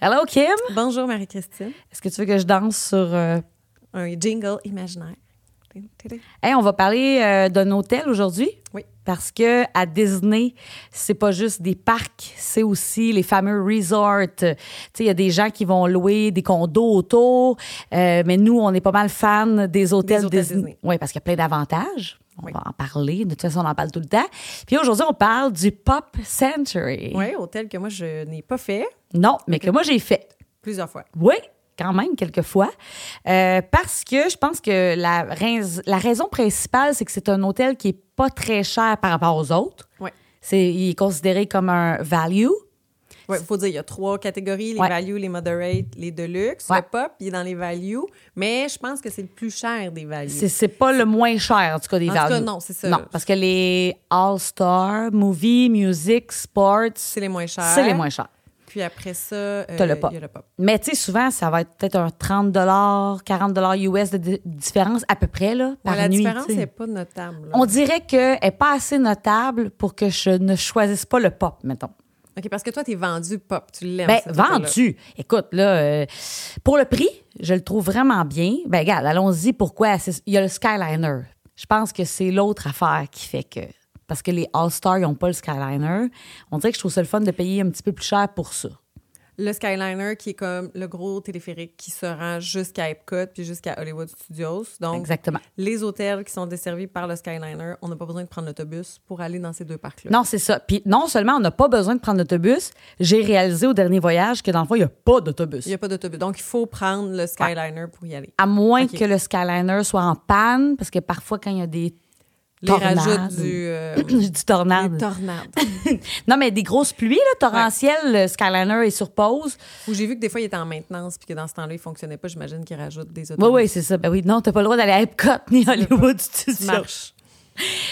Hello, Kim. Bonjour Marie-Christine. Est-ce que tu veux que je danse sur. euh, Un jingle imaginaire. Hey, on va parler euh, d'un hôtel aujourd'hui. Oui. Parce que à Disney, c'est pas juste des parcs, c'est aussi les fameux resorts. Tu sais, il y a des gens qui vont louer des condos autour, euh, mais nous, on est pas mal fans des hôtels, Des hôtels Disney. Disney. Oui, parce qu'il y a plein d'avantages. On Oui. va en parler. De toute façon, on en parle tout le temps. Puis aujourd'hui, on parle du Pop Century. Oui, hôtel que moi je n'ai pas fait Non, mais que moi, j'ai fait. plusieurs fois. Oui, quand même, quelquefois. Euh, parce que je pense que la, rais- la raison principale, c'est que c'est un hôtel qui est pas très cher par rapport aux autres. Ouais. C'est, il est considéré comme un value. Il faut dire, il y a trois catégories, les Ouais. value, les moderate, les deluxe. Ouais. Le pop, il est dans les value, mais je pense que c'est le plus cher des values. C'est, c'est pas le moins cher, en tout cas, des En tout values. cas, non, c'est ça. Non, parce que les All-Star, Movie, Music, Sports, C'est les moins chers. c'est les moins chers. Puis après ça, euh, T'as le pop. il y a le pop. Mais tu sais, souvent, ça va être peut-être un 30 40 US de di- différence, à peu près, là, par Ouais, la nuit, différence tu sais. n'est pas notable. là. On dirait qu'elle n'est pas assez notable pour que je ne choisisse pas le pop, mettons. OK, parce que toi, t'es vendu pop, tu l'aimes. Ben, cet hôtel-là. vendu. Écoute, là, euh, pour le prix, je le trouve vraiment bien. Ben, regarde, allons-y. Pourquoi? C'est- Il y a le Skyliner. Je pense que c'est l'autre affaire qui fait que. Parce que les All-Stars, ils n'ont pas le Skyliner. On dirait que je trouve ça le fun de payer un petit peu plus cher pour ça. Le Skyliner, qui est comme le gros téléphérique qui se rend jusqu'à Epcot puis jusqu'à Hollywood Studios. Donc, Exactement. les hôtels qui sont desservis par le Skyliner, on n'a pas besoin de prendre l'autobus pour aller dans ces deux parcs-là. Non, c'est ça. Puis non seulement on n'a pas besoin de prendre l'autobus, j'ai réalisé au dernier voyage que dans le fond, il n'y a pas d'autobus. Il n'y a pas d'autobus. Donc, il faut prendre le Skyliner pour y aller. À moins Ok. que le Skyliner soit en panne, parce que parfois, quand il y a des Les tornades, rajouts du euh, du tornade. des tornades. non, mais des grosses pluies, là, torrentielles, le Skyliner est sur pause. Où j'ai vu que des fois, il était en maintenance puis que dans ce temps-là, il ne fonctionnait pas. J'imagine qu'ils rajoutent des Oui, autobus. oui, c'est ça. Ben oui, non, t'as pas le droit d'aller à Epcot ni Hollywood qui Studios. marchent.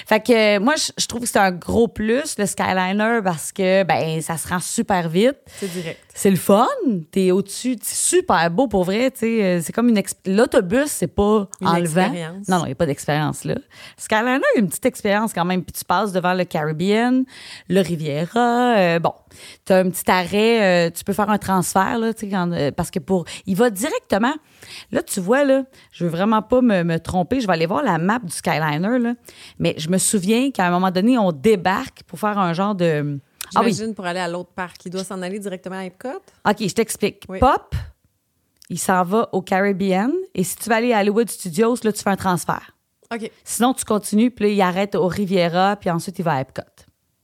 Fait que euh, moi, je je trouve que c'est un gros plus, le Skyliner, parce que, ben, ça se rend super vite. C'est direct. C'est le fun. T'es au-dessus. C'est super beau, pour vrai. tu sais, euh, C'est comme une. exp- L'autobus, c'est pas Une enlevant. expérience. Non, non, il n'y a pas d'expérience, là. Skyliner, il y a une petite expérience quand même. Puis tu passes devant le Caribbean, le Riviera. euh, bon, t'as un petit arrêt. euh, tu peux faire un transfert, là, tu sais, quand, euh, parce que pour. Il va directement. Là, tu vois, là, je veux vraiment pas me, me tromper. Je vais aller voir la map du Skyliner, là. Mais je me souviens qu'à un moment donné, on débarque pour faire un genre de. Ah oui, J'imagine pour aller à l'autre parc, il doit s'en aller directement à Epcot. OK, je t'explique. Oui. Pop, il s'en va au Caribbean. Et si tu vas aller à Hollywood Studios, là, tu fais un transfert. OK. Sinon, tu continues, puis là, il arrête au Riviera, puis ensuite, il va à Epcot.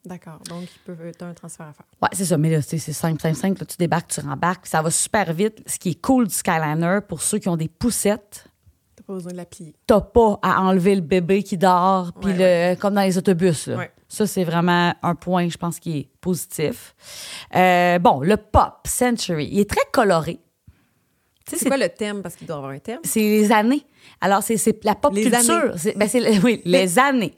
D'accord. Donc, il peut, t'as un transfert à faire. Ouais, c'est ça. Mais là, tu sais, c'est simple, simple, simple. Là, tu débarques, tu rembarques, puis ça va super vite. Ce qui est cool du Skyliner, pour ceux qui ont des poussettes, T'as pas besoin de la plier. t'as pas à enlever le bébé qui dort, puis Ouais, le, comme dans les autobus. là. Ouais. Ça, c'est vraiment un point, je pense, qui est positif. Euh, bon, le Pop Century, il est très coloré. Tu sais, C'est quoi le thème? Parce qu'il doit avoir un thème. C'est les années. Alors, c'est- c'est la pop Les culture. années. C'est- ben, c'est le- oui, les années.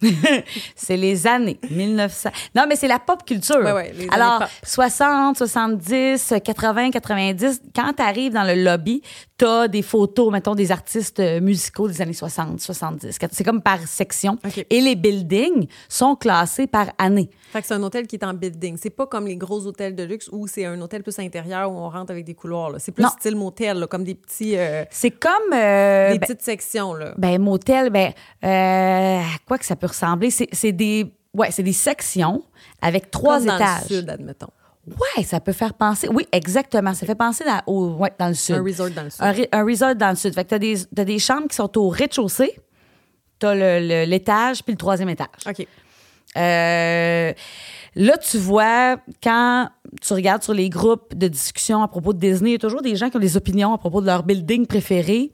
c'est les années 1900. Non, mais c'est la pop culture. Ouais, ouais, les années Alors, pop. 60, 70, 80, 90. Quand tu arrives dans le lobby, tu as des photos, mettons, des artistes euh, musicaux des années 60, 70. C'est comme par section. OK. Et les buildings sont classés par année. Fait que c'est un hôtel qui est en building. C'est pas comme les gros hôtels de luxe où c'est un hôtel plus intérieur où on rentre avec des couloirs. là. C'est plus Non. style motel, là, comme des petits, euh, C'est comme. euh, des ben, petites sections là. Ben, motel, ben, euh, à quoi que ça peut ressembler? C'est c'est des, ouais, c'est des sections avec trois Comme dans étages. le sud, admettons. Ouais, ça peut faire penser. Oui, exactement. Ça fait penser dans, au, ouais, dans le sud. Un resort dans le sud. Un, re- un resort dans le sud. Fait que t'as des, t'as des chambres qui sont au rez-de-chaussée. T'as le- le- l'étage, puis le troisième étage. Ok. Euh, là, tu vois, quand tu regardes sur les groupes de discussion à propos de Disney, il y a toujours des gens qui ont des opinions à propos de leur building préféré.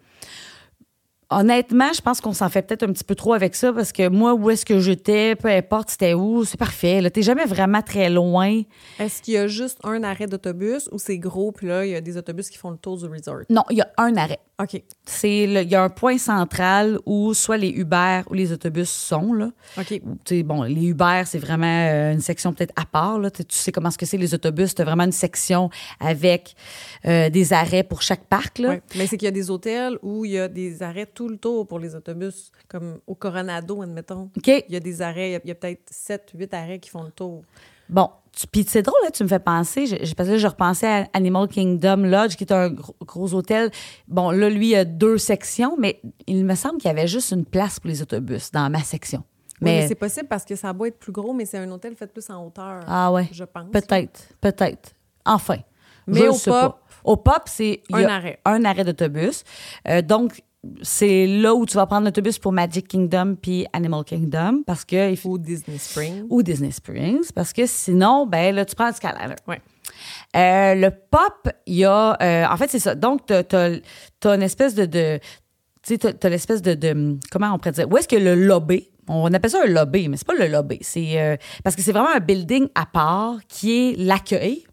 Honnêtement, je pense qu'on s'en fait peut-être un petit peu trop avec ça parce que moi, où est-ce que j'étais, peu importe c'était où, c'est parfait. Là, t'es jamais vraiment très loin. Est-ce qu'il y a juste un arrêt d'autobus ou c'est gros puis là il y a des autobus qui font le tour du resort. Non, il y a un arrêt. Ok. C'est le- il y a un point central où soit les Uber ou les autobus sont là. Ok. Tu sais, bon, les Uber, c'est vraiment euh, une section peut-être à part. Là. Tu tu sais comment ce que c'est les autobus. Tu vraiment une section avec euh, des arrêts pour chaque parc. Là. Ouais. Mais c'est qu'il y a des hôtels où il y a des arrêts tout le tour pour les autobus, comme au Coronado, admettons. OK. Il y a des arrêts, il y a- il y a, peut-être 7, 8 arrêts qui font le tour. Bon, Tu- Puis c'est drôle, là, tu me fais penser, je, je- parce que là, je repensais à Animal Kingdom Lodge, qui est un gros, gros hôtel. Bon, là, lui, il y a deux sections, mais il me semble qu'il y avait juste une place pour les autobus dans ma section. Oui, Mais, Mais, c'est possible parce que ça doit être plus gros, mais c'est un hôtel fait plus en hauteur. Ah ouais. Je pense. peut-être, peut-être. Enfin. Mais je le au sais pop, pas. Au pop, c'est il y un a arrêt. un arrêt d'autobus. Euh, donc, c'est là où tu vas prendre l'autobus pour Magic Kingdom puis Animal Kingdom parce que il faut- Au Disney Spring. ou Disney Springs parce que sinon ben là tu prends le Skyliner. Ouais. Euh, le pop, il y a. euh, en fait, c'est ça. Donc, t'as as, une espèce de. de tu sais, t'as- t'as l'espèce de, de- Comment on pourrait dire? Où est-ce que le lobby? On appelle ça un lobby, mais c'est pas le lobby. C'est. euh, parce que c'est vraiment un building à part qui est l'accueil.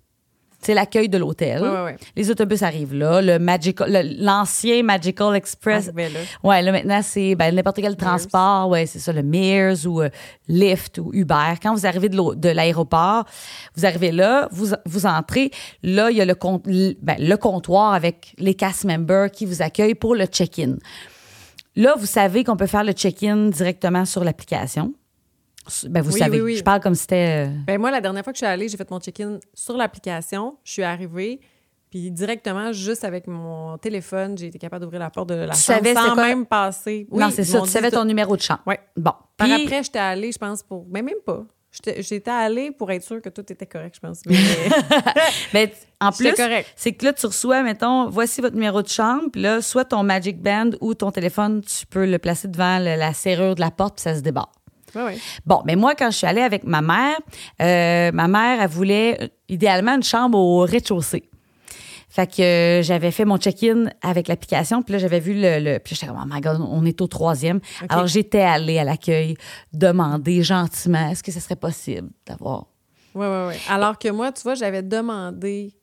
C'est l'accueil de l'hôtel. Ouais, ouais, ouais. Les autobus arrivent là. Le Magical- le- l'ancien Magical Express. Arrivait là. Ouais, là maintenant c'est ben, n'importe quel transport, ouais, c'est ça le Mears ou euh, Lyft ou Uber. Quand vous arrivez de l'au- de l'aéroport, vous arrivez là, vous vous entrez, là il y a le com- l- ben, le comptoir avec les cast members qui vous accueillent pour le check-in. Là, vous savez qu'on peut faire le check-in directement sur l'application. S- Ben vous Oui, savez, oui, oui. je parle comme si c'était euh, Ben moi, la dernière fois que je suis allée, j'ai fait mon check-in sur l'application. Je suis arrivée, puis directement, juste avec mon téléphone, j'ai été capable d'ouvrir la porte de la Tu chambre savais sans c'était quoi? même passer. Non, Oui, c'est ils ça, m'ont tu dit savais de- ton numéro de chambre. Ouais. Bon. Par Puis- après, j'étais allée, je pense, pour... Mais même pas. J'étais j'étais allée pour être sûre que tout était correct, je pense. Mais Mais t- en J'étais plus, correct. c'est que là, tu reçois, mettons, voici votre numéro de chambre, puis là, soit ton Magic Band ou ton téléphone, tu peux le placer devant le- la serrure de la porte, puis ça se débarre. Ouais, ouais. Bon, mais moi, quand je suis allée avec ma mère, euh, ma mère, elle voulait euh, idéalement une chambre au rez-de-chaussée. Fait que euh, j'avais fait mon check-in avec l'application, puis là, j'avais vu le. le- puis j'étais comme, oh my God, on est au troisième. Alors, j'étais allée à l'accueil demander gentiment est-ce que ce serait possible d'avoir Ouais, ouais, ouais. Alors que moi, tu vois, j'avais demandé.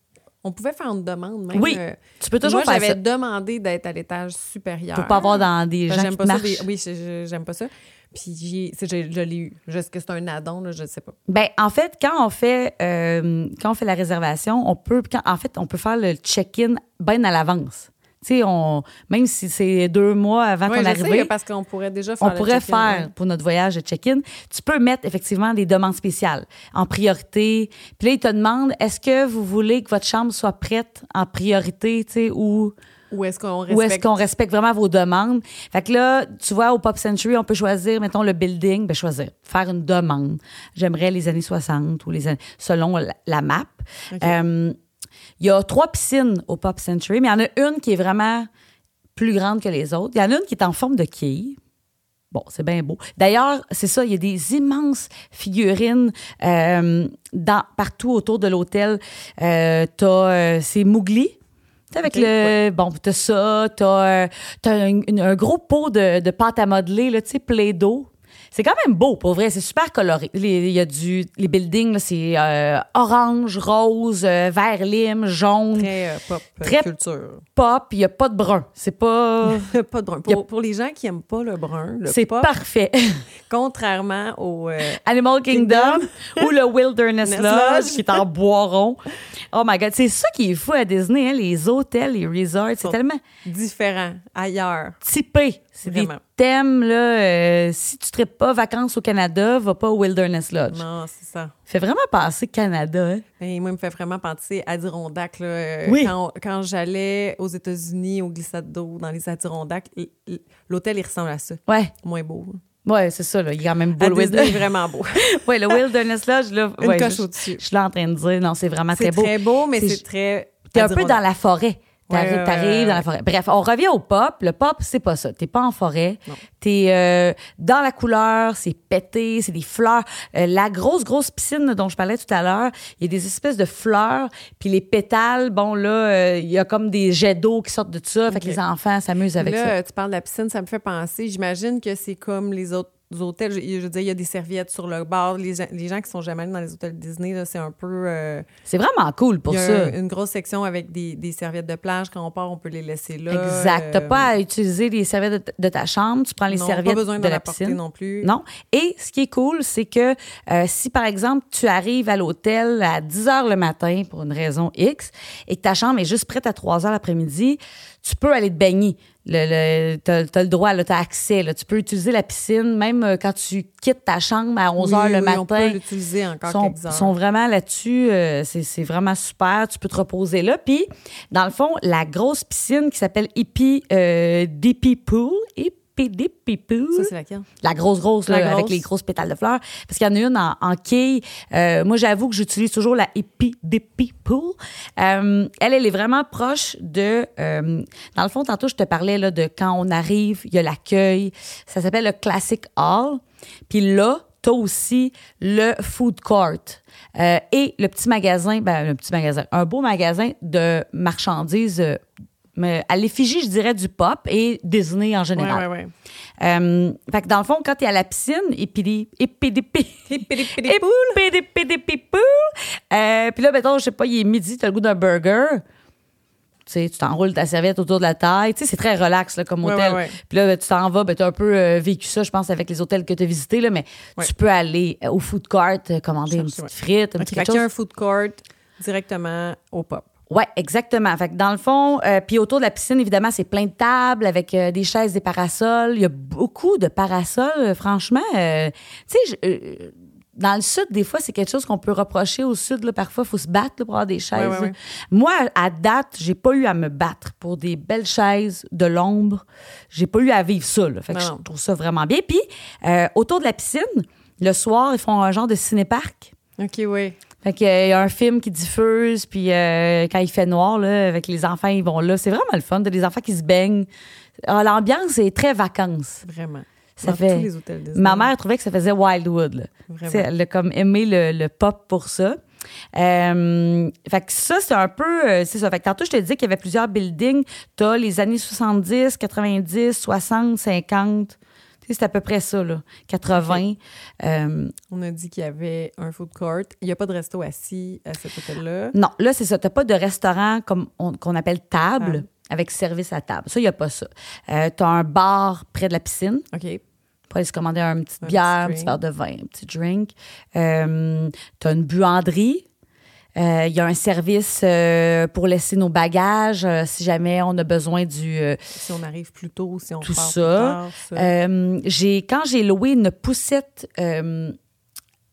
On pouvait faire une demande même. Oui, euh, tu peux toujours moi, faire ça. j'avais demandé d'être à l'étage supérieur. Pour pas avoir dans des Parce gens que Ben, qui j'aime pas ça. marchent. des- Oui, je- je- j'aime pas ça. Puis j'ai- c'est- je, je l'ai eu. Je- Est-ce que c'est un addon? Là, je ne sais pas. Ben en fait quand on fait euh, quand on fait la réservation, on peut quand, en fait on peut faire le check-in bien à l'avance. Tu sais on même si c'est deux mois avant Ouais, ton je sais, arrivée, là, parce qu'on pourrait déjà faire on le pourrait check-in, faire ouais. pour notre voyage de check-in, tu peux mettre effectivement des demandes spéciales en priorité. Puis là ils te demandent est-ce que vous voulez que votre chambre soit prête en priorité, tu sais ou Ou est-ce qu'on où est-ce respecte? qu'on respecte vraiment vos demandes. Fait que là, tu vois, au Pop Century, on peut choisir, mettons, le building, ben choisir, faire une demande. J'aimerais les années 60 ou les années, selon la, la map. Euh, Il y a trois piscines au Pop Century, mais il y en a une qui est vraiment plus grande que les autres. Il y en a une qui est en forme de quille. Bon, c'est bien beau. D'ailleurs, c'est ça, il y a des immenses figurines euh, dans, partout autour de l'hôtel. Euh, t'as, euh, c'est Mougli. Tu sais, avec Ok, le. Bon, t'as ça, t'as, euh, t'as un, une- un gros pot de, de pâte à modeler, là, tu sais, plaido. C'est quand même beau, pour vrai. C'est super coloré. Les- Il y a du. Les buildings, là, c'est euh, orange, rose, euh, vert lime, jaune, Très euh, pop euh, Très- culture. pop. Il n'y a pas de brun. C'est pas. pas de brun. Y a- Pour, pour les gens qui n'aiment pas le brun, le c'est pop, parfait. contrairement au... euh, Animal Kingdom ou le Wilderness Nest Lodge Lodge. qui est en bois rond. Oh my God, c'est ça qui est fou à Disney, hein, les hôtels, les resorts, c'est Sont- tellement différent, ailleurs. typé. C'est des Vraiment. thèmes, là, euh, si tu ne pas vacances au Canada, va pas au Wilderness Lodge. Non, c'est ça. Fait vraiment penser Canada. hein. Et Ben, moi, il me fait vraiment penser à Adirondack. Là, Euh, Oui. Quand, quand j'allais aux États-Unis, aux glissades d'eau, dans les Adirondacks, l- l- l'hôtel, il ressemble à ça. Ouais, Moins beau. là. ouais, c'est ça, là. il est quand même beau. À le Disney, Wild- vraiment beau. ouais, le Wilderness Lodge, là, Une ouais, coche je- au-dessus. Je suis là en train de dire, non, c'est vraiment C'est très beau. très beau, mais C'est- c'est très... T'es un peu dans Adirondack. la forêt. T'arrives Ouais, ouais, t'arrives ouais, ouais. dans la forêt. Bref, on revient au pop. Le pop, c'est pas ça. T'es pas en forêt. Non. T'es euh, dans la couleur, c'est pété, c'est des fleurs. Euh, la grosse, grosse piscine dont je parlais tout à l'heure, il y a des espèces de fleurs, puis les pétales, bon là, euh, il y a comme des jets d'eau qui sortent de ça. Fait que Ok. les enfants s'amusent avec là, ça. euh, tu parles de la piscine, ça me fait penser. J'imagine que c'est comme les autres hôtels. Je, je veux dire, il y a des serviettes sur le bord. Les, gens- les gens qui sont jamais allés dans les hôtels Disney, là, c'est un peu... euh, C'est vraiment cool pour il y a ça. un- euh, une grosse section avec des, des serviettes de plage. Quand on part, on peut les laisser là. Exact. T'as Euh, pas à utiliser les serviettes de, ta- de ta chambre. Tu prends les non, serviettes pas besoin de d'en la apporter piscine. non plus. Non. Et ce qui est cool, c'est que euh, si, par exemple, tu arrives à l'hôtel à 10 h le matin pour une raison X et que ta chambre est juste prête à 3 h l'après-midi, tu peux aller te baigner. Le, le, t'as, t'as le droit, là, t'as accès. Là. Tu peux utiliser la piscine même euh, quand tu quittes ta chambre à 11 h Oui, le oui, matin. On peut l'utiliser encore sont, quelques heures. sont vraiment là-dessus. euh, c'est, c'est vraiment super. Tu peux te reposer là. Puis, dans le fond, la grosse piscine qui s'appelle Hippie euh, Dippy Pool. Hippie Dippy Pool. Ça, c'est laquelle? La grosse, grosse, La là, grosse. avec les grosses pétales de fleurs. Parce qu'il y en a une en, en quille. Euh, moi, j'avoue que j'utilise toujours la Hippie Dippy Pool. Euh, elle, elle est vraiment proche de... euh, dans le fond, tantôt, je te parlais là, de quand on arrive, il y a l'accueil. Ça s'appelle le Classic Hall. Puis là, t'as aussi le food court euh, et le petit magasin, ben, le petit magasin, un beau magasin de marchandises euh, mais à l'effigie, je dirais, du pop et Disney en Oui, général. oui, oui. Euh, fait que dans le fond, quand t'es à la piscine, et puis euh, Puis là, mettons, je sais pas, il est midi, t'as le goût d'un burger. Tu sais, tu t'enroules ta serviette autour de la taille. Tu sais, c'est très relax là, comme Ouais, hôtel. ouais, ouais. Puis là, ben, tu t'en vas, ben, t'as un peu euh, vécu ça, je pense, avec les hôtels que t'as visités, là, mais Ouais. tu peux aller euh, au food court, euh, commander une Chercher, petite frite, un Ok, petit fait quelque qu'il y a chose. un food court directement au pop. Ouais, exactement. Fait que dans le fond, euh, puis autour de la piscine, évidemment, c'est plein de tables avec euh, des chaises, des parasols. Il y a beaucoup de parasols, euh, franchement. Euh, tu sais, je- euh, dans le sud, des fois, c'est quelque chose qu'on peut reprocher au sud. Là, parfois, faut se battre là, pour avoir des chaises. ouais, ouais. Moi, à à date, j'ai pas eu à me battre pour des belles chaises, de l'ombre. J'ai pas eu à vivre ça. là. Fait que Non. je trouve ça vraiment bien. Puis euh, autour de la piscine, le soir, ils font un genre de ciné-parc. OK, oui. Fait qu'il y a un film qui diffuse, puis euh, quand il fait noir, là, avec les enfants, ils vont là. C'est vraiment le fun, de les enfants qui se baignent. Ah, L'ambiance est très vacances. Vraiment. Ça Dans fait- tous les hôtels Disney. Ma mère trouvait que ça faisait Wildwood. là. Vraiment. Tu sais, Elle a comme aimé le, le pop pour ça. Euh, fait que ça, c'est un peu... euh, c'est ça. Fait que tantôt, je te disais qu'il y avait plusieurs buildings. T'as les années 70, 90, 60, 50... Tu sais, C'est à peu près ça, là. 80. Euh, On a dit qu'il y avait un food court. Il n'y a pas de resto assis à cet hôtel-là. Non, là, c'est ça. T'as pas de restaurant comme on- qu'on appelle table Table. avec service à table. Ça, il n'y a pas ça. Euh, tu un bar près de la piscine OK. pour aller se commander un petit Un bière, un petit petit verre drink. de vin, un petit drink. Euh, tu une buanderie. Euh, Il y a un service euh, pour laisser nos bagages euh, si jamais on a besoin du... euh, Si on arrive plus tôt, si on Tout part ça. plus tard, ça. euh, j'ai quand j'ai loué une poussette euh,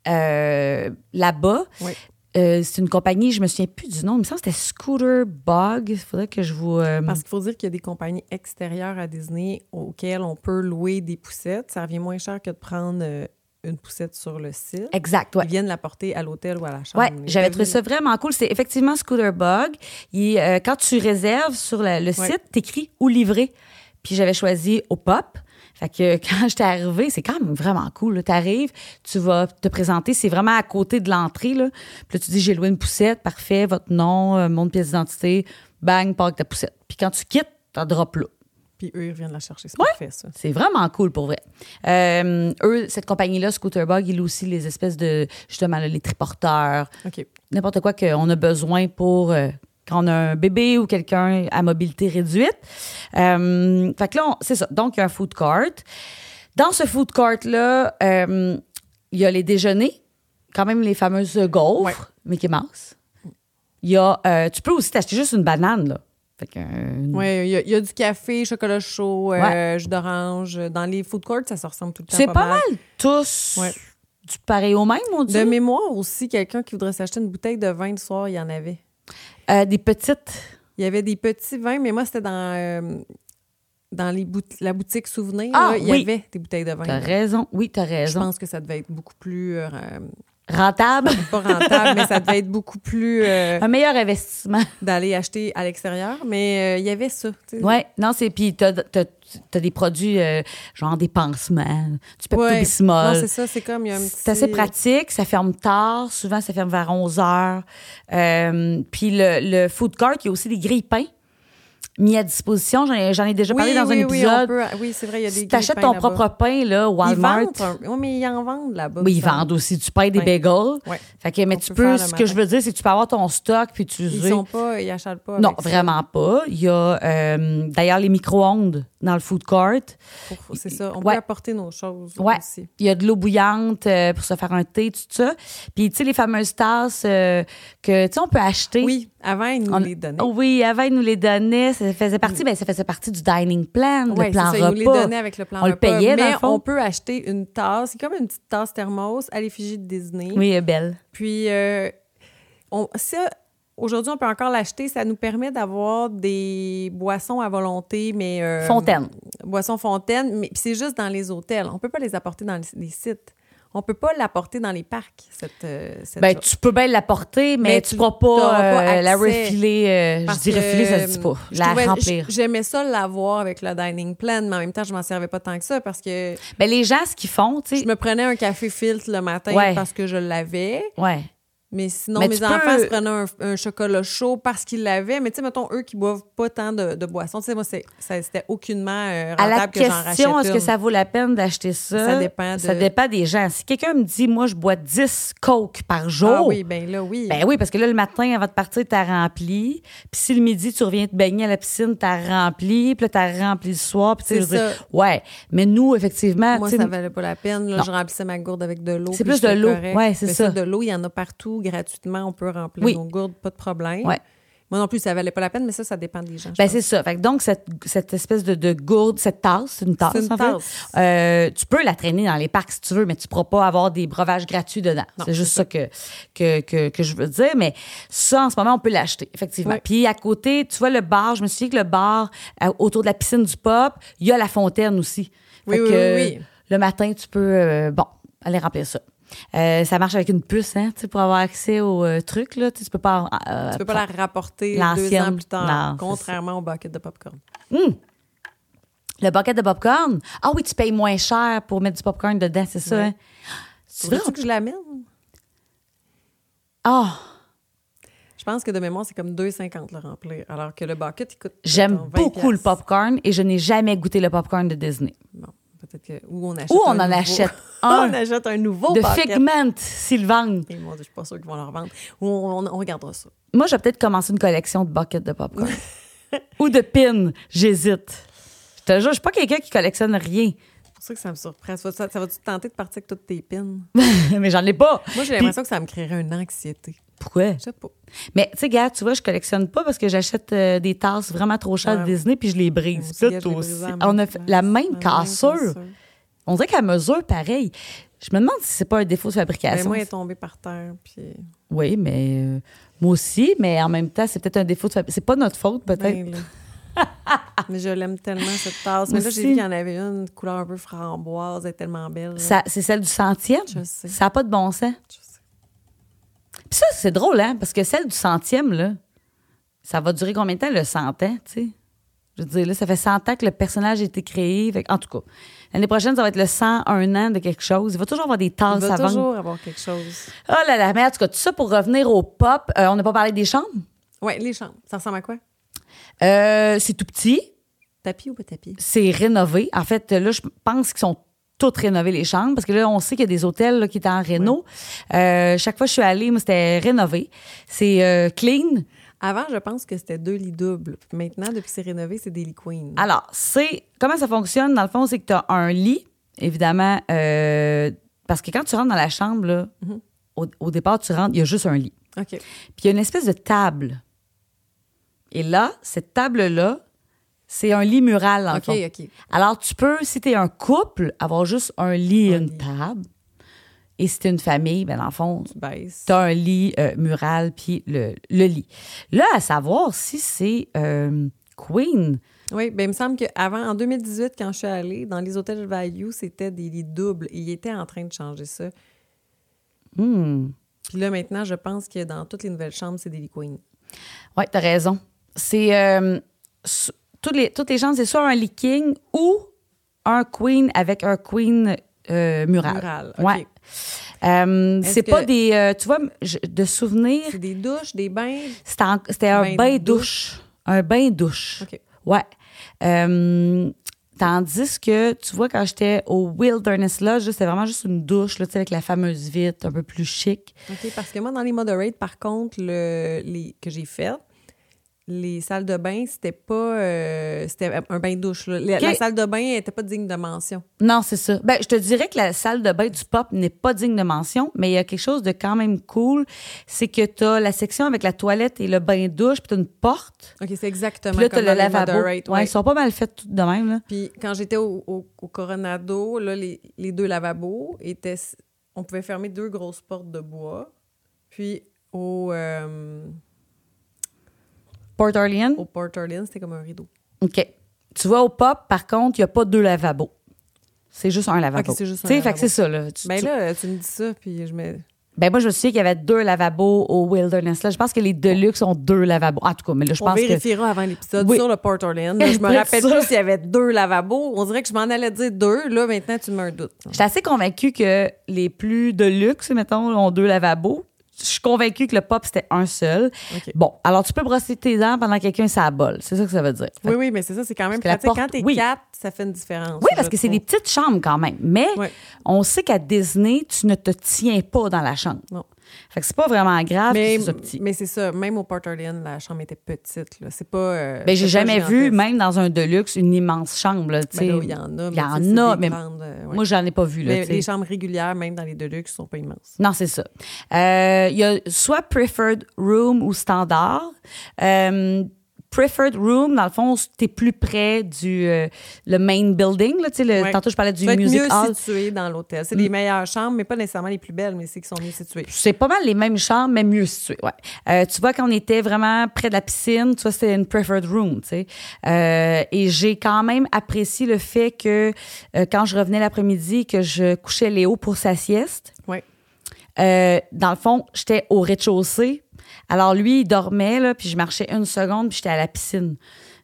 euh, là-bas, Oui. euh, c'est une compagnie, je me souviens plus du nom, il me semble que c'était Scooter Bug. Il faudrait que je vous. euh, Parce qu'il faut dire qu'il y a des compagnies extérieures à Disney auxquelles on peut louer des poussettes. Ça revient moins cher que de prendre euh, une poussette sur le site. Exact, ouais. Ils viennent la porter à l'hôtel ou à la chambre. Ouais, Les j'avais hôtels- trouvé ça vraiment cool. C'est effectivement Scooter Bug. Il, euh, quand tu réserves sur la- le Ouais. site, t'écris ou livré. Puis j'avais choisi au pop. Fait que quand j'étais arrivée, c'est quand même vraiment cool. là. T'arrives, tu vas te présenter, c'est vraiment à côté de l'entrée. Là. Puis là, tu dis j'ai loué une poussette, parfait, votre nom, euh, mon de pièce d'identité, bang, part avec ta poussette. Puis quand tu quittes, t'en drop là. Puis eux, ils viennent la chercher. C'est parfait, ça. C'est vraiment cool pour vrai. Euh, eux, cette compagnie-là, Scooterbug, ils louent aussi les espèces de, justement, là, les triporteurs, OK. n'importe quoi qu'on a besoin pour euh, quand on a un bébé ou quelqu'un à mobilité réduite. Euh, fait que là, on- c'est ça. Donc, il y a un food court. Dans ce food court-là, euh, il y a les déjeuners, quand même les fameuses gaufres, Ouais. Mickey Mouse. Il y a, euh, tu peux aussi t'acheter juste une banane, là. Fait que, euh, une- Oui, il y a- il y, a du café, chocolat chaud, euh, Ouais. jus d'orange. Dans les food courts, ça se ressemble tout le temps. C'est pas, mal. tous Ouais. du pareil au même, on dit. De mémoire aussi, quelqu'un qui voudrait s'acheter une bouteille de vin le soir, il y en avait. Euh, des petites. Il y avait des petits vins, mais moi, c'était dans, euh, dans les bout- la boutique Souvenir. Ah, là, il oui. y avait des bouteilles de vin. T'as là. raison. Oui, t'as Je raison. pense que ça devait être beaucoup plus. euh, Rentable. pas rentable, mais ça devait être beaucoup plus euh, Un meilleur investissement. d'aller acheter à l'extérieur. Mais euh, il y avait ça. tu sais. Ouais, non, c'est puis t'as t'as- t'as des produits euh, genre des pansements, du pepto Ouais. Non, bismol. c'est ça, c'est comme il y a un C'est petit- assez pratique, ça ferme tard, souvent ça ferme vers 11 heures. Euh, puis le, le food court, il y a aussi des grilles pains mis à disposition. J'en ai, j'en ai déjà Oui, parlé dans oui, un oui, on épisode. peut- ah, Oui, c'est vrai, il y a des si t'achètes grille-pains ton là-bas. propre pain là, au Ils Walmart, vendent un- Oui, mais ils en vendent là-bas. oui, ils ça. vendent aussi du pain, des Pain. bagels. Ouais. Fait que, mais On tu peut peux, faire le ce que je matin. veux dire, c'est que tu peux avoir ton stock puis tu Ils sont pas, ils achètent pas. Non, avec ça. vraiment pas. Il y a euh, d'ailleurs les micro-ondes dans le food court. Pour- C'est ça, on Ouais. peut apporter nos choses Ouais. aussi. Il y a de l'eau bouillante euh, pour se faire un thé, tout ça. Puis, tu sais, les fameuses tasses euh, que, tu sais, on peut acheter. Oui, avant, ils nous On- les donnaient. Oh oui, avant, ils nous les donnaient. C'est- ça faisait partie, ben, ça faisait partie du dining plan, Ouais, le plan c'est ça, ils nous les repas. donnaient avec le plan On le repas. payait, dans mais le fond. on peut acheter une tasse, c'est comme une petite tasse thermos à l'effigie de Disney. Oui, elle est belle. Puis euh, on, ça, aujourd'hui, on peut encore l'acheter. Ça nous permet d'avoir des boissons à volonté, mais euh, Fontaine. boissons fontaines, mais puis c'est juste dans les hôtels. On peut pas les apporter dans les, les sites. On peut pas l'apporter dans les parcs. Cette, euh, cette Ben, chose. tu peux bien l'apporter, mais, Mais tu tu- ne pourras pas, t'auras pas euh, la accès. refiler. euh, je Parce dis refiler, ça que, se dit pas. je la trouvais- j- remplir. J'aimais ça l'avoir avec le dining plan, mais en même temps, je m'en servais pas tant que ça parce que Ben, les gens, ce qu'ils font, tu sais. je me prenais un café filtre le matin Ouais. parce que je l'avais. Ouais. Mais sinon, Mais mes tu enfants peux- se prenaient un, un chocolat chaud parce qu'ils l'avaient. Mais tu sais, mettons, eux qui boivent pas tant de, de boissons, tu sais, moi, c'est- ça- c'était aucunement euh, À la rentable que j'en rachète question, est-ce que une. ça vaut la peine d'acheter ça? Ça dépend de- Ça dépend des gens. Si quelqu'un me dit, moi, je bois 10 Coke par jour, Ah oui, ben là, oui. Ben oui, parce que là, le matin, avant de partir, t'as rempli. Puis si le midi, tu reviens te baigner à la piscine, t'as rempli. Puis là, t'as rempli le soir. Puis tu sais, C'est je veux dire, ça. ouais. Mais nous, effectivement, moi, tu sais, ça valait pas la peine. Là, je remplissais ma gourde avec de l'eau. C'est puis plus j'étais de l'eau. correcte. Ouais, c'est Mais ça. Ben, De l'eau, il y en a partout, gratuitement. On peut remplir Oui. nos gourdes, pas de problème. Ouais. Moi non plus, ça valait pas la peine, mais ça, ça dépend des gens. je ben pense. c'est ça. Fait que donc, cette, cette espèce de, de gourde, cette tasse, c'est une tasse, C'est une en fait. tasse. Euh, tu peux la traîner dans les parcs si tu veux, mais tu pourras pas avoir des breuvages gratuits dedans. C'est juste ça que, que, que, que je veux dire. Mais ça, en ce moment, on peut l'acheter, effectivement. Oui. Puis à côté, tu vois le bar, je me suis dit que le bar euh, autour de la piscine du pop, il y a la fontaine aussi. Oui, Fait oui, que oui, oui. Le matin, tu peux, euh, bon, aller remplir ça. Euh, ça marche avec une puce, hein, tu sais, pour avoir accès au euh, truc, là. Tu sais, tu peux pas. euh, Tu peux pas la rapporter deux L'ancienne, ans plus tard, non, c'est contrairement au bucket de popcorn. Le bucket de popcorn? Ah oui, tu payes moins cher pour mettre du popcorn dedans, c'est ça, Oui. hein? C'est vrai? Veux-tu que je l'amène? Ah! Je pense que de mémoire, c'est comme 2,50 le remplir, alors que le bucket, il coûte. J'aime mettons, 20 beaucoup le piastres. popcorn et je n'ai jamais goûté le popcorn de Disney. Bon, peut-être que. Ou on achète Ou on un en nouveau. achète un. on achète un nouveau De bucket. Figment, s'ils le vendent. Et mon Dieu, je suis pas sûre qu'ils vont le revendre. Ou on, on- on regardera ça. Moi, je vais peut-être commencer une collection de buckets de popcorn. Ou de pins, j'hésite. Je te jure, je suis pas quelqu'un qui collectionne rien, C'est pour ça que ça me surprend. Ça, va- ça va-tu tenter de partir avec toutes tes pins? mais j'en ai pas. Moi, j'ai l'impression que ça me créerait une anxiété. Pourquoi? Je sais pas. Mais tu sais, gars, tu vois, je collectionne pas parce que j'achète euh, des tasses vraiment trop chères de Ouais. Disney puis je les Moi brise. aussi, Puis gars, là, je toi l'ai aussi. brisé à On a mon fait place. la même même cassure. cassure. On dirait qu'à mesure, pareil. Je me demande si c'est pas un défaut de Ben, fabrication. moi, elle est tombée par terre. Puis... oui, mais euh, moi aussi, mais en même temps, c'est peut-être un défaut de fabrication. C'est pas notre faute, peut-être. Ben, là. Mais je l'aime tellement, cette tasse. Moi Mais là, j'ai aussi. vu qu'il y en avait une de couleur un peu framboise. Elle est tellement belle. là. Ça- c'est celle du centième. Je sais. Ça n'a pas de bon sens. Je sais. Puis ça, c'est drôle, hein, parce que celle du centième, là, ça va durer combien de temps, le cent ans, tu sais? Je veux dire, là, ça fait 100 ans que le personnage a été créé. Fait que- en tout cas, l'année prochaine, ça va être le 101 an de quelque chose. Il va toujours avoir des Il tasses va savantes. toujours avoir quelque chose. Oh là là, mais en tout cas, tout ça pour revenir au pop, euh, on n'a pas parlé des chambres. Oui, les chambres. Ça ressemble à quoi? Euh, c'est tout petit. Tapis ou pas tapis? c'est rénové. En fait, là, je pense qu'ils sont toutes rénovées, les chambres, parce que là, on sait qu'il y a des hôtels là, qui étaient en réno. Euh, chaque fois que je suis allée, moi, c'était rénové. C'est euh, clean. Avant, je pense que c'était deux lits doubles. Maintenant, depuis que c'est rénové, c'est des lits queen. Alors, c'est comment ça fonctionne? Dans le fond, c'est que tu as un lit, évidemment, euh, parce que quand tu rentres dans la chambre, là, Mhm. au, au départ, tu rentres, il y a juste un lit. OK. Puis il y a une espèce de table. Et là, cette table-là, c'est un lit mural, dans le OK, fond. OK. Alors, tu peux, si t'es un couple, avoir juste un lit et Un une lit. table. Et si t'es une famille, ben dans le fond, Tu baisses. t'as un lit euh, mural puis le, le lit. Là, à savoir si c'est euh, Queen. Oui, bien, il me semble qu'avant, en 2018, quand je suis allée, dans les hôtels Value, c'était des lits doubles. Et ils étaient en train de changer ça. Hmm. Puis là, maintenant, je pense que dans toutes les nouvelles chambres, c'est des lits queen. Oui, t'as raison. C'est. euh, so- toutes, les, toutes les chambres, c'est soit un lit king ou un Queen avec un Queen euh, mural. Mural, ok. Ouais. Euh, Est-ce c'est pas que- des. euh, tu vois, je- de souvenirs, C'est des douches, des bains. C'était en- c'était un Bain de bain douche. Un bain douche. OK. Ouais. Euh, tandis que, tu vois, quand j'étais au Wilderness Lodge, là, c'était vraiment juste une douche, là, tu sais, avec la fameuse vitre, un peu plus chic. OK, parce que moi, dans les moderate, par contre, le, les, que j'ai fait, les salles de bain, c'était pas. euh, c'était un bain de douche. là. La, Ok. la salle de bain n'était pas digne de mention. Non, c'est ça. Ben, je te dirais que la salle de bain du pop n'est pas digne de mention, mais il y a quelque chose de quand même cool, c'est que t'as la section avec la toilette et le bain douche, puis t'as une porte, OK, c'est exactement puis là comme t'as le dans les lavabo. Moderate, ouais, ouais. ils sont pas mal faites toutes de même là. Puis quand j'étais au, au- au Coronado, là, les, les deux lavabos étaient. On pouvait fermer deux grosses portes de bois. Puis au, euh, Port Orleans. au Port Orleans, c'était comme un rideau. OK. Tu vois, au pop, par contre, il n'y a pas deux lavabos. C'est juste un lavabo. Ok, c'est juste un Tu sais, fait lavabo. que c'est ça, là. Tu- Ben tu- là, tu me dis ça, puis je me. ben moi, je me souviens qu'il y avait deux lavabos au Wilderness. Là, je pense que les Deluxe ont deux lavabos. En tout cas, mais là, je On pense que... vérifiera avant l'épisode Oui. sur le Port Orleans. Là, je me Après rappelle ça. plus s'il y avait deux lavabos. On dirait que je m'en allais dire deux. Là, maintenant, tu me un doute. Je suis assez convaincue que les plus de luxe, mettons, ont deux lavabos. Je suis convaincue que le pop, c'était un seul. OK. Bon, alors tu peux brosser tes dents pendant que quelqu'un s'abole. C'est ça que ça veut dire. Fait Oui, oui, mais c'est ça, c'est quand même Parce que pratique. la Quand porte- t'es oui. quatre, ça fait une différence. Oui, parce que c'est des des... petites chambres quand même. Mais Ouais. on sait qu'à Disney, tu ne te tiens pas dans la chambre. Non. Fait que c'est pas vraiment grave Mais, que c'est petit. mais c'est ça, même au Port Orlean, la chambre était petite. Là. C'est pas. euh, Ben, j'ai c'est pas jamais vu, gigantesque. même dans un deluxe, une immense chambre. là, tu sais. Ben là, il y en a. Il mais y tu sais, en c'est a, des mais grandes, euh, ouais. moi, j'en ai pas vu. Là, Mais tu sais. les chambres régulières, même dans les Deluxe, sont pas immenses. Non, c'est ça. Euh, Il y a soit preferred room ou standard. Euh, preferred room, dans le fond, t'es plus près du euh, le main building. Là, tu sais, le, Ouais. Tantôt, je parlais du Ça va être music mieux hall. situé dans l'hôtel. C'est les meilleures chambres, mais pas nécessairement les plus belles, mais c'est qui sont mieux situées. C'est pas mal les mêmes chambres, mais mieux situées. Ouais. Euh, tu vois, quand on était vraiment près de la piscine, tu vois, c'était une preferred room, tu sais. Euh, et j'ai quand même apprécié le fait que euh, quand je revenais l'après-midi, que je couchais Léo pour sa sieste, Ouais. euh, dans le fond, j'étais au rez-de-chaussée. Alors lui, il dormait, là, puis je marchais une seconde, puis j'étais à la piscine.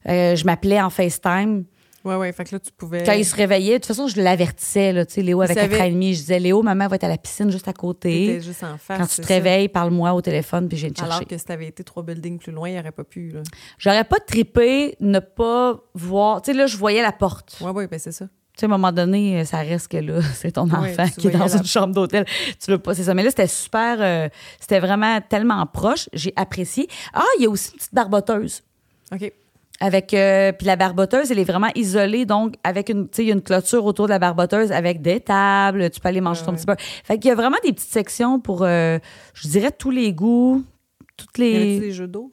Euh, je m'appelais en FaceTime. Ouais, ouais. Fait que là, tu pouvais. Quand il se réveillait, de toute façon, je l'avertissais, là, tu sais, Léo avec savait. 4 ans et demi. Je disais, Léo, maman va être à la piscine juste à côté. T'étais juste en Quand face. tu Ah, c'est te ça. réveilles, parle-moi au téléphone, puis je viens te chercher. Alors que si t'avais été trois buildings plus loin, il aurait pas pu. Là. J'aurais pas trippé ne pas voir... Tu sais, là, je voyais la porte. Ouais, ouais, ben c'est ça. Tu sais, à un moment donné, euh, ça reste que là, c'est ton enfant Ouais, tu qui est dans voyais la- une chambre d'hôtel. Tu veux pas, c'est ça. Mais là, c'était super, euh, c'était vraiment tellement proche. J'ai apprécié. Ah, il y a aussi une petite barboteuse. OK. Avec, euh, puis la barboteuse, elle est vraiment isolée. Donc, avec une, tu sais, il y a une clôture autour de la barboteuse avec des tables. Tu peux aller manger Ouais, ton ouais. petit beurre. Fait qu'il y a vraiment des petites sections pour, euh, je dirais, tous les goûts. Toutes Y avait-tu les. des jeux d'eau?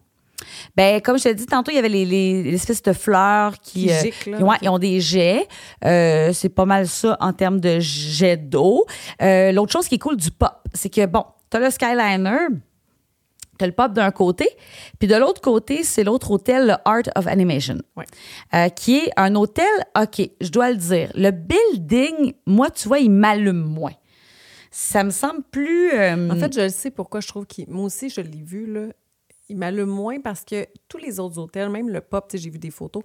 Ben, comme je te dis tantôt, il y avait les, les, les espèces de fleurs qui. Qui euh, giclent, là. ouais, ils ont des jets. Euh, c'est pas mal ça en termes de jets d'eau. Euh, L'autre chose qui est cool du pop, c'est que, bon, t'as le Skyliner, t'as le pop d'un côté, puis de l'autre côté, c'est l'autre hôtel, le Art of Animation, Ouais. euh, qui est un hôtel, OK, je dois le dire, le building, moi, tu vois, il m'allume moins. Ça me semble plus... euh, En fait, je le sais pourquoi je trouve qu'il. Moi aussi, je l'ai vu, là. Il m'allume moins parce que tous les autres hôtels, même le pop, tu sais, j'ai vu des photos.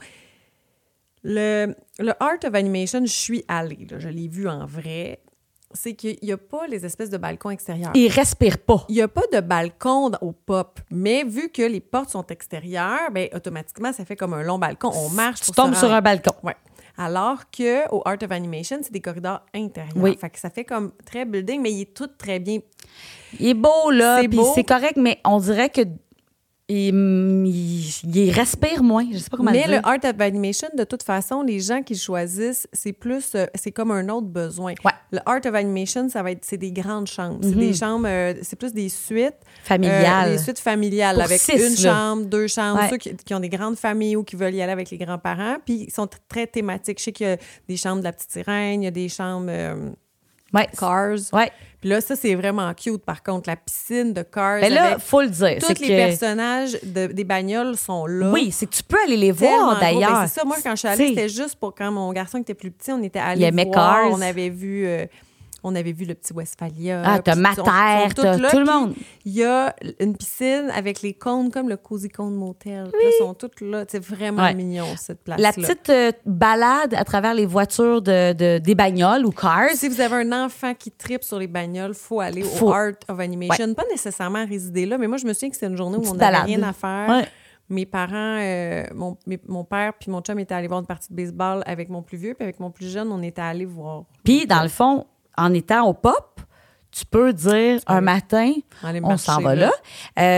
Le, le Art of Animation, je suis allée, là, je l'ai vu en vrai. C'est qu'il n'y a pas les espèces de balcons extérieurs. il respire pas. Il n'y a pas de balcon d- au pop, mais vu que les portes sont extérieures, ben, automatiquement, ça fait comme un long balcon. On marche Tu pour tombes se sur rendre. un balcon. Ouais. Alors que au Art of Animation, c'est des corridors intérieurs. Oui. Fait que ça fait comme très building, mais il est tout très bien. Il est beau, là, C'est puis beau. c'est correct, mais on dirait que il, il- il respire moins. Je sais pas comment mais euh, le le dire. Art of Animation, de toute façon, les gens qui le choisissent, c'est plus, euh, c'est comme un autre besoin. Ouais. Mhm. Le Art of Animation, ça va être, c'est des grandes chambres. C'est des chambres, euh, c'est plus des suites. Familiales. euh, des suites familiales Pour avec six, une là. chambre, deux chambres. Ouais. Ceux qui, qui ont des grandes familles ou qui veulent y aller avec les grands-parents. Puis ils sont très thématiques. Je sais qu'il y a des chambres de la petite sirène, il y a des chambres euh, Ouais. Cars. Ouais. Puis là, ça, c'est vraiment cute. Par contre, la piscine de Cars. Mais Ben là, avec faut le dire. c'est tous les que- personnages de- des bagnoles sont là. Oui, c'est que tu peux aller les Tellement voir gros. Ben, d'ailleurs. c'est ça, moi, quand je suis Tu sais, allée, c'était juste pour quand mon garçon était plus petit, on était Il allés aimait voir. Cars. On avait vu. euh, on avait vu le petit Westphalia. Ah, t'as euh, puis Mater, ils sont- ils sont t'as toutes là, tout le puis monde. Il y a une piscine avec les cônes comme le Cozy Cone Motel. Puis Là, ils sont toutes là. C'est vraiment Ouais. mignon, cette place-là. La petite euh, balade à travers les voitures de, de- des bagnoles ou cars. Si vous avez un enfant qui tripe sur les bagnoles, faut aller Faut. au Art of Animation. Pas nécessairement résider là, mais moi, je me souviens que c'était une journée où Une on petite n'avait balade. rien à faire. Ouais. Mes parents, euh, mon, mes- mon père puis mon chum étaient allés voir une partie de baseball avec mon plus vieux, puis avec mon plus jeune, on était allés voir. Puis, dans le fond, en étant au pop, tu peux dire un matin, Ah Aller on s'en marcher, va là. là.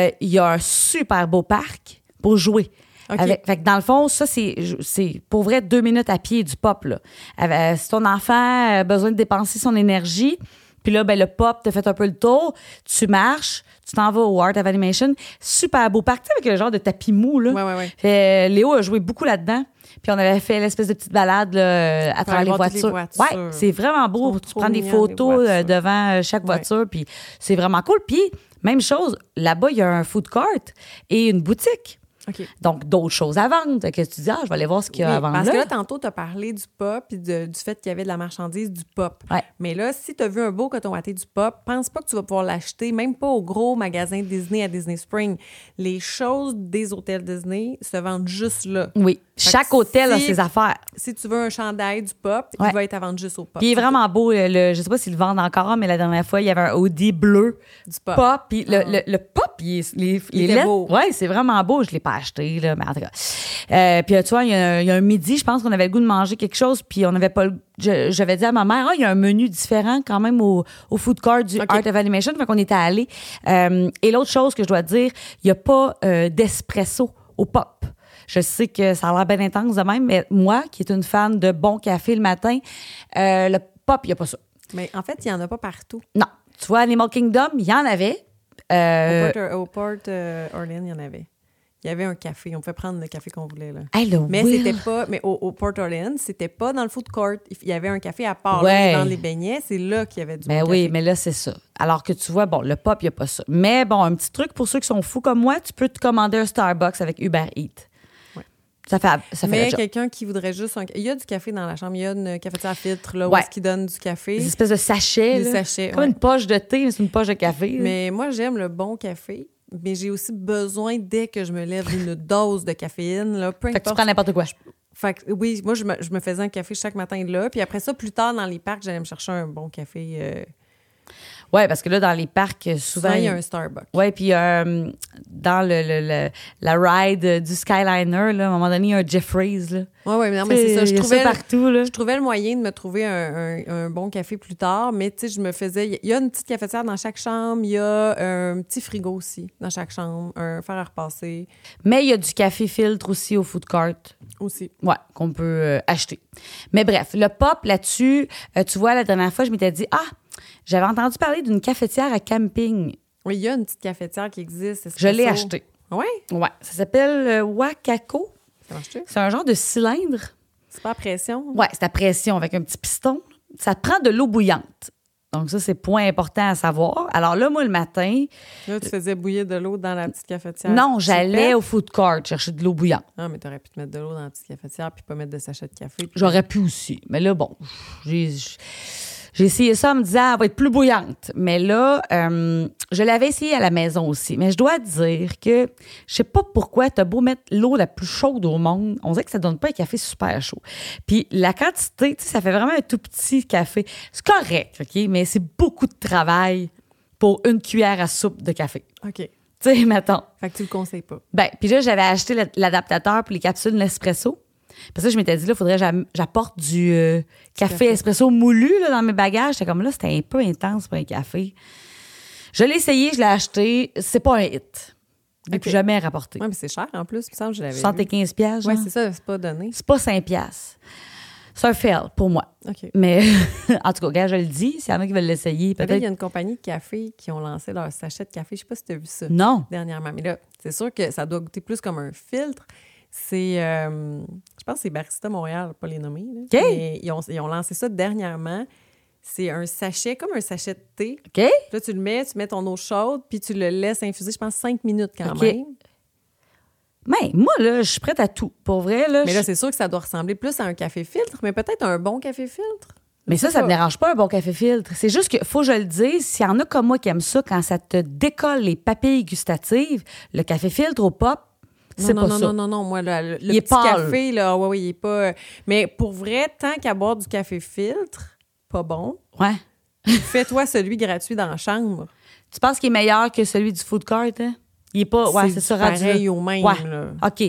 Euh, Il y a un super beau parc. pour jouer. OK. Avec- fait que dans le fond, ça, c'est, c'est pour vrai deux minutes à pied du pop. Là. Avec- si ton enfant a besoin de dépenser son énergie, puis là, ben, le pop, t'as fait un peu le tour, tu marches, tu t'en vas au Art of Animation. Super beau parc, tu sais, avec le genre de tapis mou. Là. Ouais, ouais, ouais. Fait, euh, Léo a joué beaucoup là-dedans. Puis on avait fait l'espèce de petite balade là, à travers aller les voir toutes les voitures. voitures. Ouais, c'est vraiment beau. Sont Tu trop prends des mignonnes, les photos euh, voitures. devant euh, chaque Ouais. voiture, puis c'est vraiment cool. Puis, même chose, là-bas, il y a un food court et une boutique. OK. Donc, d'autres choses à vendre. Fait que tu dis, ah, je vais aller voir ce qu'il y a Oui, à vendre. parce là. que là, tantôt, tu as parlé du pop et du fait qu'il y avait de la marchandise du pop. Ouais. Mais là, si tu as vu un beau coton watté du pop, pense pas que tu vas pouvoir l'acheter, même pas au gros magasin Disney à Disney Spring. Les choses des hôtels Disney se vendent juste là. Oui. Fait Chaque que hôtel a si- ses affaires. Si tu veux un chandail du pop, Ouais. il va être à vendre juste au pop. Puis il est vraiment beau. euh, Le, je sais pas s'ils le vendent encore, mais la dernière fois, il y avait un Audi bleu. Du pop. Mm-hmm. puis le, le- le pop, il est, les, les était lettres- beau. Ouais, c'est vraiment beau. Je l'ai pas acheté, là, mais en tout cas. Euh, puis euh, tu vois, il y, a, un- il y a un midi, je pense qu'on avait le goût de manger quelque chose, puis on n'avait pas le. je- J'avais dit à ma mère, ah, il y a un menu différent quand même au, au food court du Ok. Art of Animation, fait qu'on était allés. Euh, et l'autre chose que je dois dire, il n'y a pas euh, d'espresso au pop. Je sais que ça a l'air bien intense de même, mais moi, qui est une fan de bon café le matin, euh, le pop, il n'y a pas ça. Mais en fait, il n'y en a pas partout. Non. Tu vois, Animal Kingdom, il y en avait. Euh, Au Port, au Port, euh, Orleans, il y en avait. Il y avait un café. On pouvait prendre le café qu'on voulait. Là. Hey, le Mais Will. c'était pas, mais au, au Port Orleans, c'était pas dans le food court. Il y avait un café à part Ouais. dans les beignets. C'est là qu'il y avait du Ben bon oui, café. mais là, c'est ça. Alors que tu vois, bon, le pop, il n'y a pas ça. Mais bon, un petit truc pour ceux qui sont fous comme moi, tu peux te commander un Starbucks avec Uber Eats. Ouais. Ça fait, ça fait Mais le job. quelqu'un qui voudrait juste un... Il y a du café dans la chambre. Il y a une cafetière à filtre là, Ouais. où qui donne du café. Des espèces de sachets. Des là. sachets, Comme ouais. une poche de thé, mais c'est une poche de café. là. Mais moi, j'aime le bon café. Mais j'ai aussi besoin, dès que je me lève, d'une dose de caféine. Là, peu Fait que tu importe prends n'importe quoi. Fait que, oui, moi, je me, je me faisais un café chaque matin là. Puis après ça, plus tard dans les parcs, j'allais me chercher un bon café. euh, Ouais, parce que là, dans les parcs, euh, souvent, souvent. il y a un Starbucks. Ouais, puis euh, dans le, le- le- la ride euh, du Skyliner, là, à un moment donné, il y a un Jeffries. Là. Oui, oui, non, mais c'est ça. Je Il y a trouvais, partout. Là. je trouvais le moyen de me trouver un, un- un bon café plus tard. Mais tu sais, je me faisais. Il y a une petite cafetière dans chaque chambre. Il y a euh, un petit frigo aussi dans chaque chambre. Un fer à repasser Mais il y a du café filtre aussi au food court. aussi. Ouais, qu'on peut euh, acheter. Mais bref, le pop là-dessus, euh, tu vois, la dernière fois, je m'étais dit Ah, j'avais entendu parler d'une cafetière à camping. Oui, il y a une petite cafetière qui existe. Je l'ai achetée. Oui, Ouais, ça s'appelle euh, Wakako. ça marche tu C'est un genre de cylindre. C'est pas à pression. Ouais, c'est à pression avec un petit piston. Ça prend de l'eau bouillante. Donc, ça, c'est point important à savoir. Alors là, moi, le matin, Là, tu faisais bouillir de l'eau dans la petite cafetière. Euh, non, j'allais au... au food court chercher de l'eau bouillante. Non, mais t'aurais pu te mettre de l'eau dans la petite cafetière puis pas mettre de sachet de café. puis- J'aurais pu aussi. Mais là, bon, j'ai j'ai essayé ça en me disant, elle va être plus bouillante. Mais là, euh, je l'avais essayé à la maison aussi. Mais je dois dire que je sais pas pourquoi t'as beau mettre l'eau la plus chaude au monde, on dirait que ça donne pas un café super chaud. Puis la quantité, tu sais, ça fait vraiment un tout petit café. C'est correct, OK? Mais c'est beaucoup de travail pour une cuillère à soupe de café. OK. Tu sais, mettons. Fait que tu le conseilles pas. Ben, puis là, j'avais acheté la- l'adaptateur pour les capsules Nespresso. Parce que je m'étais dit, là, faudrait que j'am- j'apporte du euh, café, café. espresso moulu là, dans mes bagages. J'étais comme là, c'était un peu intense pour un café. Je l'ai essayé, je l'ai acheté. C'est pas un hit. Je l'ai Ok. plus jamais rapporté. Oui, mais c'est cher en plus. Il me semble que je l'avais. 75 piastres. Oui, genre. c'est ça, c'est pas donné. c'est pas 5 piastres. C'est un fail pour moi. OK. Mais en tout cas, regarde, je le dis, s'il y en a qui veulent l'essayer, Là, Il peut-être. y a une compagnie de café qui ont lancé leur sachet de café. Je sais pas si tu as vu ça Non. dernièrement. Mais là, c'est sûr que ça doit goûter plus comme un filtre. C'est, euh, je pense que c'est Barista Montréal, pas les nommer. là. OK. Mais ils, ont, ils ont lancé ça dernièrement. C'est un sachet, comme un sachet de thé. OK? Là, tu le mets, tu mets ton eau chaude, puis tu le laisses infuser, je pense, cinq minutes quand OK. même. Mais moi, là, je suis prête à tout. Pour vrai, là. Mais je- là, c'est sûr que ça doit ressembler plus à un café filtre, mais peut-être un bon café filtre. Mais ça, ça me pas. dérange pas un bon café filtre. C'est juste que, faut que je le dise, s'il y en a comme moi qui aiment ça, quand ça te décolle les papilles gustatives, le café filtre au pop, Non, c'est non, pas non, ça. non, non, non, moi, là, le, le Il est petit pâle. café, là, ouais, ouais, il est pas. euh, Mais pour vrai, tant qu'à boire du café filtre, pas bon, Ouais. fais-toi celui gratuit dans la chambre. Tu penses qu'il est meilleur que celui du food court, hein? Il est pas. Ouais, C'est c'est ça, pareil rendu là. au même, Ouais. là. OK.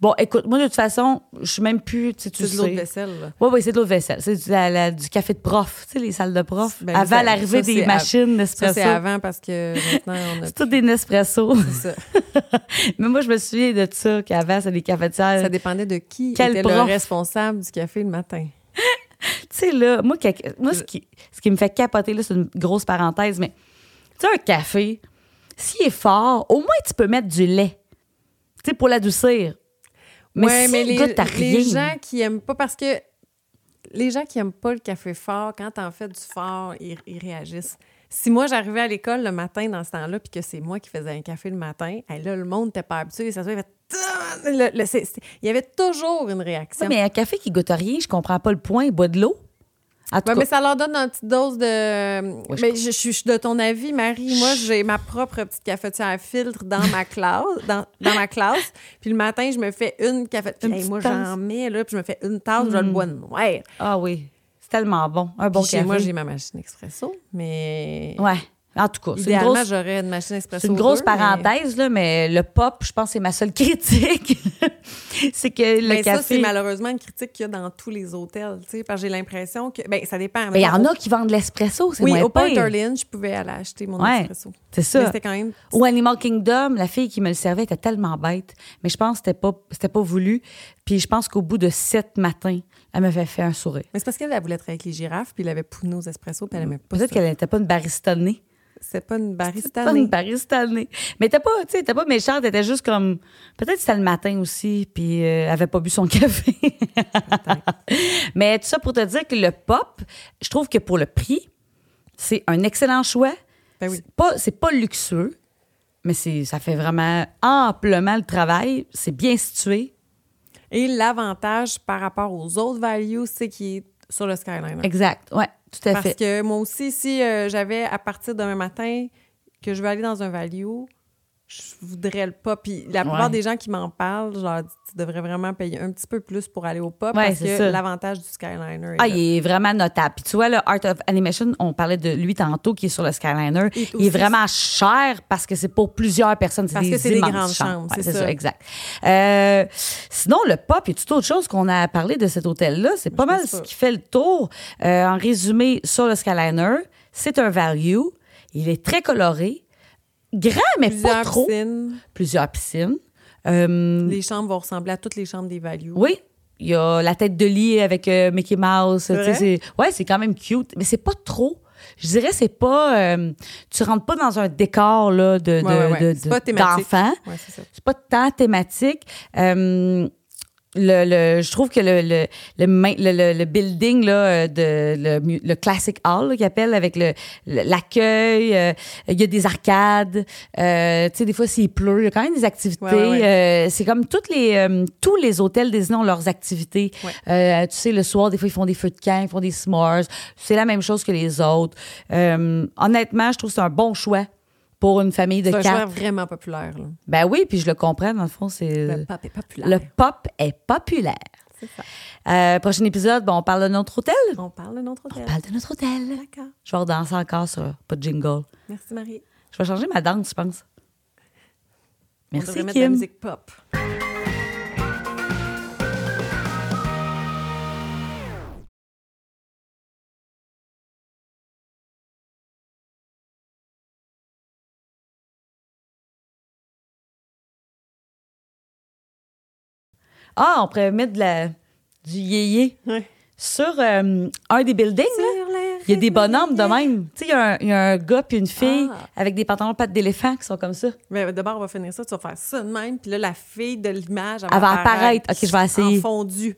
Bon, écoute, moi, de toute façon, je suis même plus. Tu sais, tu C'est de l'autre sais. vaisselle, là. Oui, oui, c'est de l'eau vaisselle. C'est du, la- la- du café de prof, tu sais, les salles de prof. Ben, avant ça- l'arrivée ça, c'est des av- machines Ça, Nespresso. c'est avant parce que maintenant, on a C'est tout des Nespresso. plus ça. Mais moi, je me souviens de ça, qu'avant, c'était des cafetières. Ça dépendait de qui Quel était le prof? responsable du café le matin. Tu sais, là, moi, quelque- moi ce, qui, ce qui me fait capoter, là, c'est une grosse parenthèse, mais tu sais, un café, s'il est fort, au moins, tu peux mettre du lait, tu sais, pour l'adoucir. Mais Ouais, si mais le les, gars, t'as les rien. gens qui aiment pas parce que les gens qui aiment pas le café fort, quand t'en fais du fort, ils, ils réagissent. Si moi j'arrivais à l'école le matin dans ce temps-là, puis que c'est moi qui faisais un café le matin, hey, là le monde n'était pas habitué, ça se fait, il fait Le- le- c'est- c'est- il y avait toujours une réaction. Ouais, mais un café qui goûte à rien, je comprends pas le point, bois de l'eau. En tout Ouais, cas, mais ça leur donne une petite dose de. Ouais, je mais je, je suis de ton avis, Marie. Moi, j'ai ma propre petite cafetière à filtre dans ma classe. Dans, dans ma classe. Puis le matin, je me fais une cafetière. Une Hey, petite moi, tasse. j'en mets, là. Puis je me fais une tasse, je le bois une. Ouais. ah oui, c'est tellement bon. Un bon Puis chez café. moi, j'ai ma machine expresso. Mais. Ouais, en tout cas, c'est une Idéalement, grosse, j'aurais une machine expresso. c'est une grosse deux, mais- parenthèse, là, mais le pop, je pense que c'est ma seule critique. c'est que le Mais ben, ça, c'est café. malheureusement une critique qu'il y a dans tous les hôtels, tu sais, parce que j'ai l'impression que... Ben, ça dépend. Mais il y en a qui vendent de l'espresso, c'est Oui, moins au pire. Porter Lynn, je pouvais aller acheter mon Ouais, expresso. c'est ça. Mais c'était quand même Au Animal Kingdom, la fille qui me le servait était tellement bête, mais je pense que c'était pas c'était pas voulu. Puis je pense qu'au bout de sept matins, elle m'avait fait un sourire. Mais c'est parce qu'elle elle voulait travailler avec les girafes, puis elle avait poussé nos espressos, puis elle aimait pas ça. Peut-être qu'elle n'était pas une baristanée. C'est pas une barista. Pas une mais- baristanée. Mais t'es pas, tu sais, t'es pas méchante, t'étais juste comme. Peut-être que c'était le matin aussi, puis euh, elle avait pas bu son café. mais tout ça pour te dire que le pop, je trouve que pour le prix, c'est un excellent choix. Ben oui. C'est pas, c'est pas luxueux, mais c'est, ça fait vraiment amplement le travail. C'est bien situé. Et l'avantage par rapport aux autres values, c'est qu'il est sur le Skyliner. Exact. Ouais, tout à Parce fait. que moi aussi, si euh, j'avais à partir demain matin que je veux aller dans un value, je voudrais le pop. Puis la plupart Ouais. des gens qui m'en parlent, je leur dis tu devrais vraiment payer un petit peu plus pour aller au pop Ouais, parce c'est que ça. l'avantage du Skyliner est Ah, là. il est vraiment notable. Puis tu vois, le Art of Animation, on parlait de lui tantôt, qui est sur le Skyliner. Il est Il est aussi- vraiment cher parce que c'est pour plusieurs personnes. Parce que c'est des immenses grandes chambres, Ouais, c'est c'est ça. ça. exact. Euh, sinon, le pop, il y a toute autre chose qu'on a parlé de cet hôtel-là. C'est pas mal pense ce pas. qui fait le tour. Euh, en résumé, sur le Skyliner, c'est un value. Il est très coloré. Grand, mais pas Plusieurs trop. piscines, Plusieurs piscines. Euh, les chambres vont ressembler à toutes les chambres des values. oui. Il y a la tête de lit avec euh, Mickey Mouse. tu vrai? sais, C'est ouais, c'est quand même cute, mais c'est pas trop. Je dirais c'est pas euh, tu rentres pas dans un décor là de de- Ouais, ouais, ouais. de- C'est de- pas thématique. d'enfant. Ouais, c'est ça. C'est pas tant thématique. Euh, le, le- je trouve que le, le, le, main- le- le- le building là, euh, de le, mu- le Classic Hall là, qu'ils appellent avec le- le- l'accueil, euh, il y a des arcades, euh, tu sais des fois s'il pleut, il y a quand même des activités. Ouais, ouais, ouais. Euh, c'est comme toutes les euh, tous les hôtels désignent leurs activités. Ouais. Euh, tu sais le soir des fois ils font des feux de camp, ils font des s'mores. C'est la même chose que les autres. Euh, honnêtement, je trouve que c'est un bon choix pour une famille de C'est un quatre. choix vraiment populaire. là. Ben oui, puis je le comprends, dans le fond, c'est... Le pop est populaire. Euh, Le pop est populaire. C'est ça. Euh, prochain épisode, bon, on parle de notre hôtel. On parle de notre On hôtel. parle de notre hôtel. D'accord. Je vais redanser encore sur pas de jingle. Merci Marie. Je vais changer ma danse, je pense. On Merci, devrait mettre de la Kim. musique pop. Ah, on pourrait mettre de la, du yéyé Ouais. sur euh, un des buildings. là. Il y a des bonhommes de même. Tu sais, il y a un- il y, a un gars puis une fille Ah. avec des pantalons de pattes d'éléphant qui sont comme ça. Mais d'abord, on va finir ça. Tu vas faire ça de même. Puis là, la fille de l'image, Elle va apparaître. Ok, je vais essayer. En fondue.